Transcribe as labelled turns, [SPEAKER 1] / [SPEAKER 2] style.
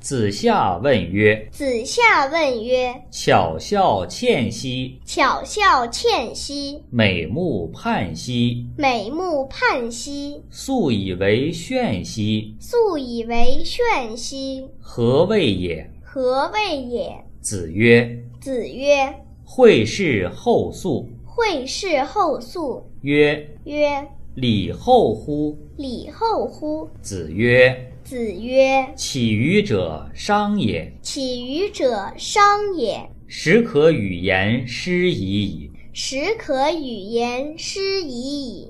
[SPEAKER 1] 子夏问曰
[SPEAKER 2] 子夏问曰：“
[SPEAKER 1] 巧笑倩兮，：“
[SPEAKER 2] 巧笑倩兮，
[SPEAKER 1] 美目盼兮，
[SPEAKER 2] 美目盼兮，
[SPEAKER 1] 素以为炫兮，
[SPEAKER 2] 素以为炫兮，
[SPEAKER 1] 何谓也？”
[SPEAKER 2] 何谓也？”
[SPEAKER 1] 子曰
[SPEAKER 2] 子曰：“
[SPEAKER 1] 惠氏后素。”：“
[SPEAKER 2] 惠氏后素。
[SPEAKER 1] 曰”
[SPEAKER 2] 曰：“
[SPEAKER 1] 礼后乎：“
[SPEAKER 2] 礼后乎？”？”
[SPEAKER 1] 子曰
[SPEAKER 2] 子曰：“
[SPEAKER 1] 起于者商也，：“
[SPEAKER 2] 起于者商也，
[SPEAKER 1] 实可与言师已矣。”
[SPEAKER 2] 实可与言师已矣。”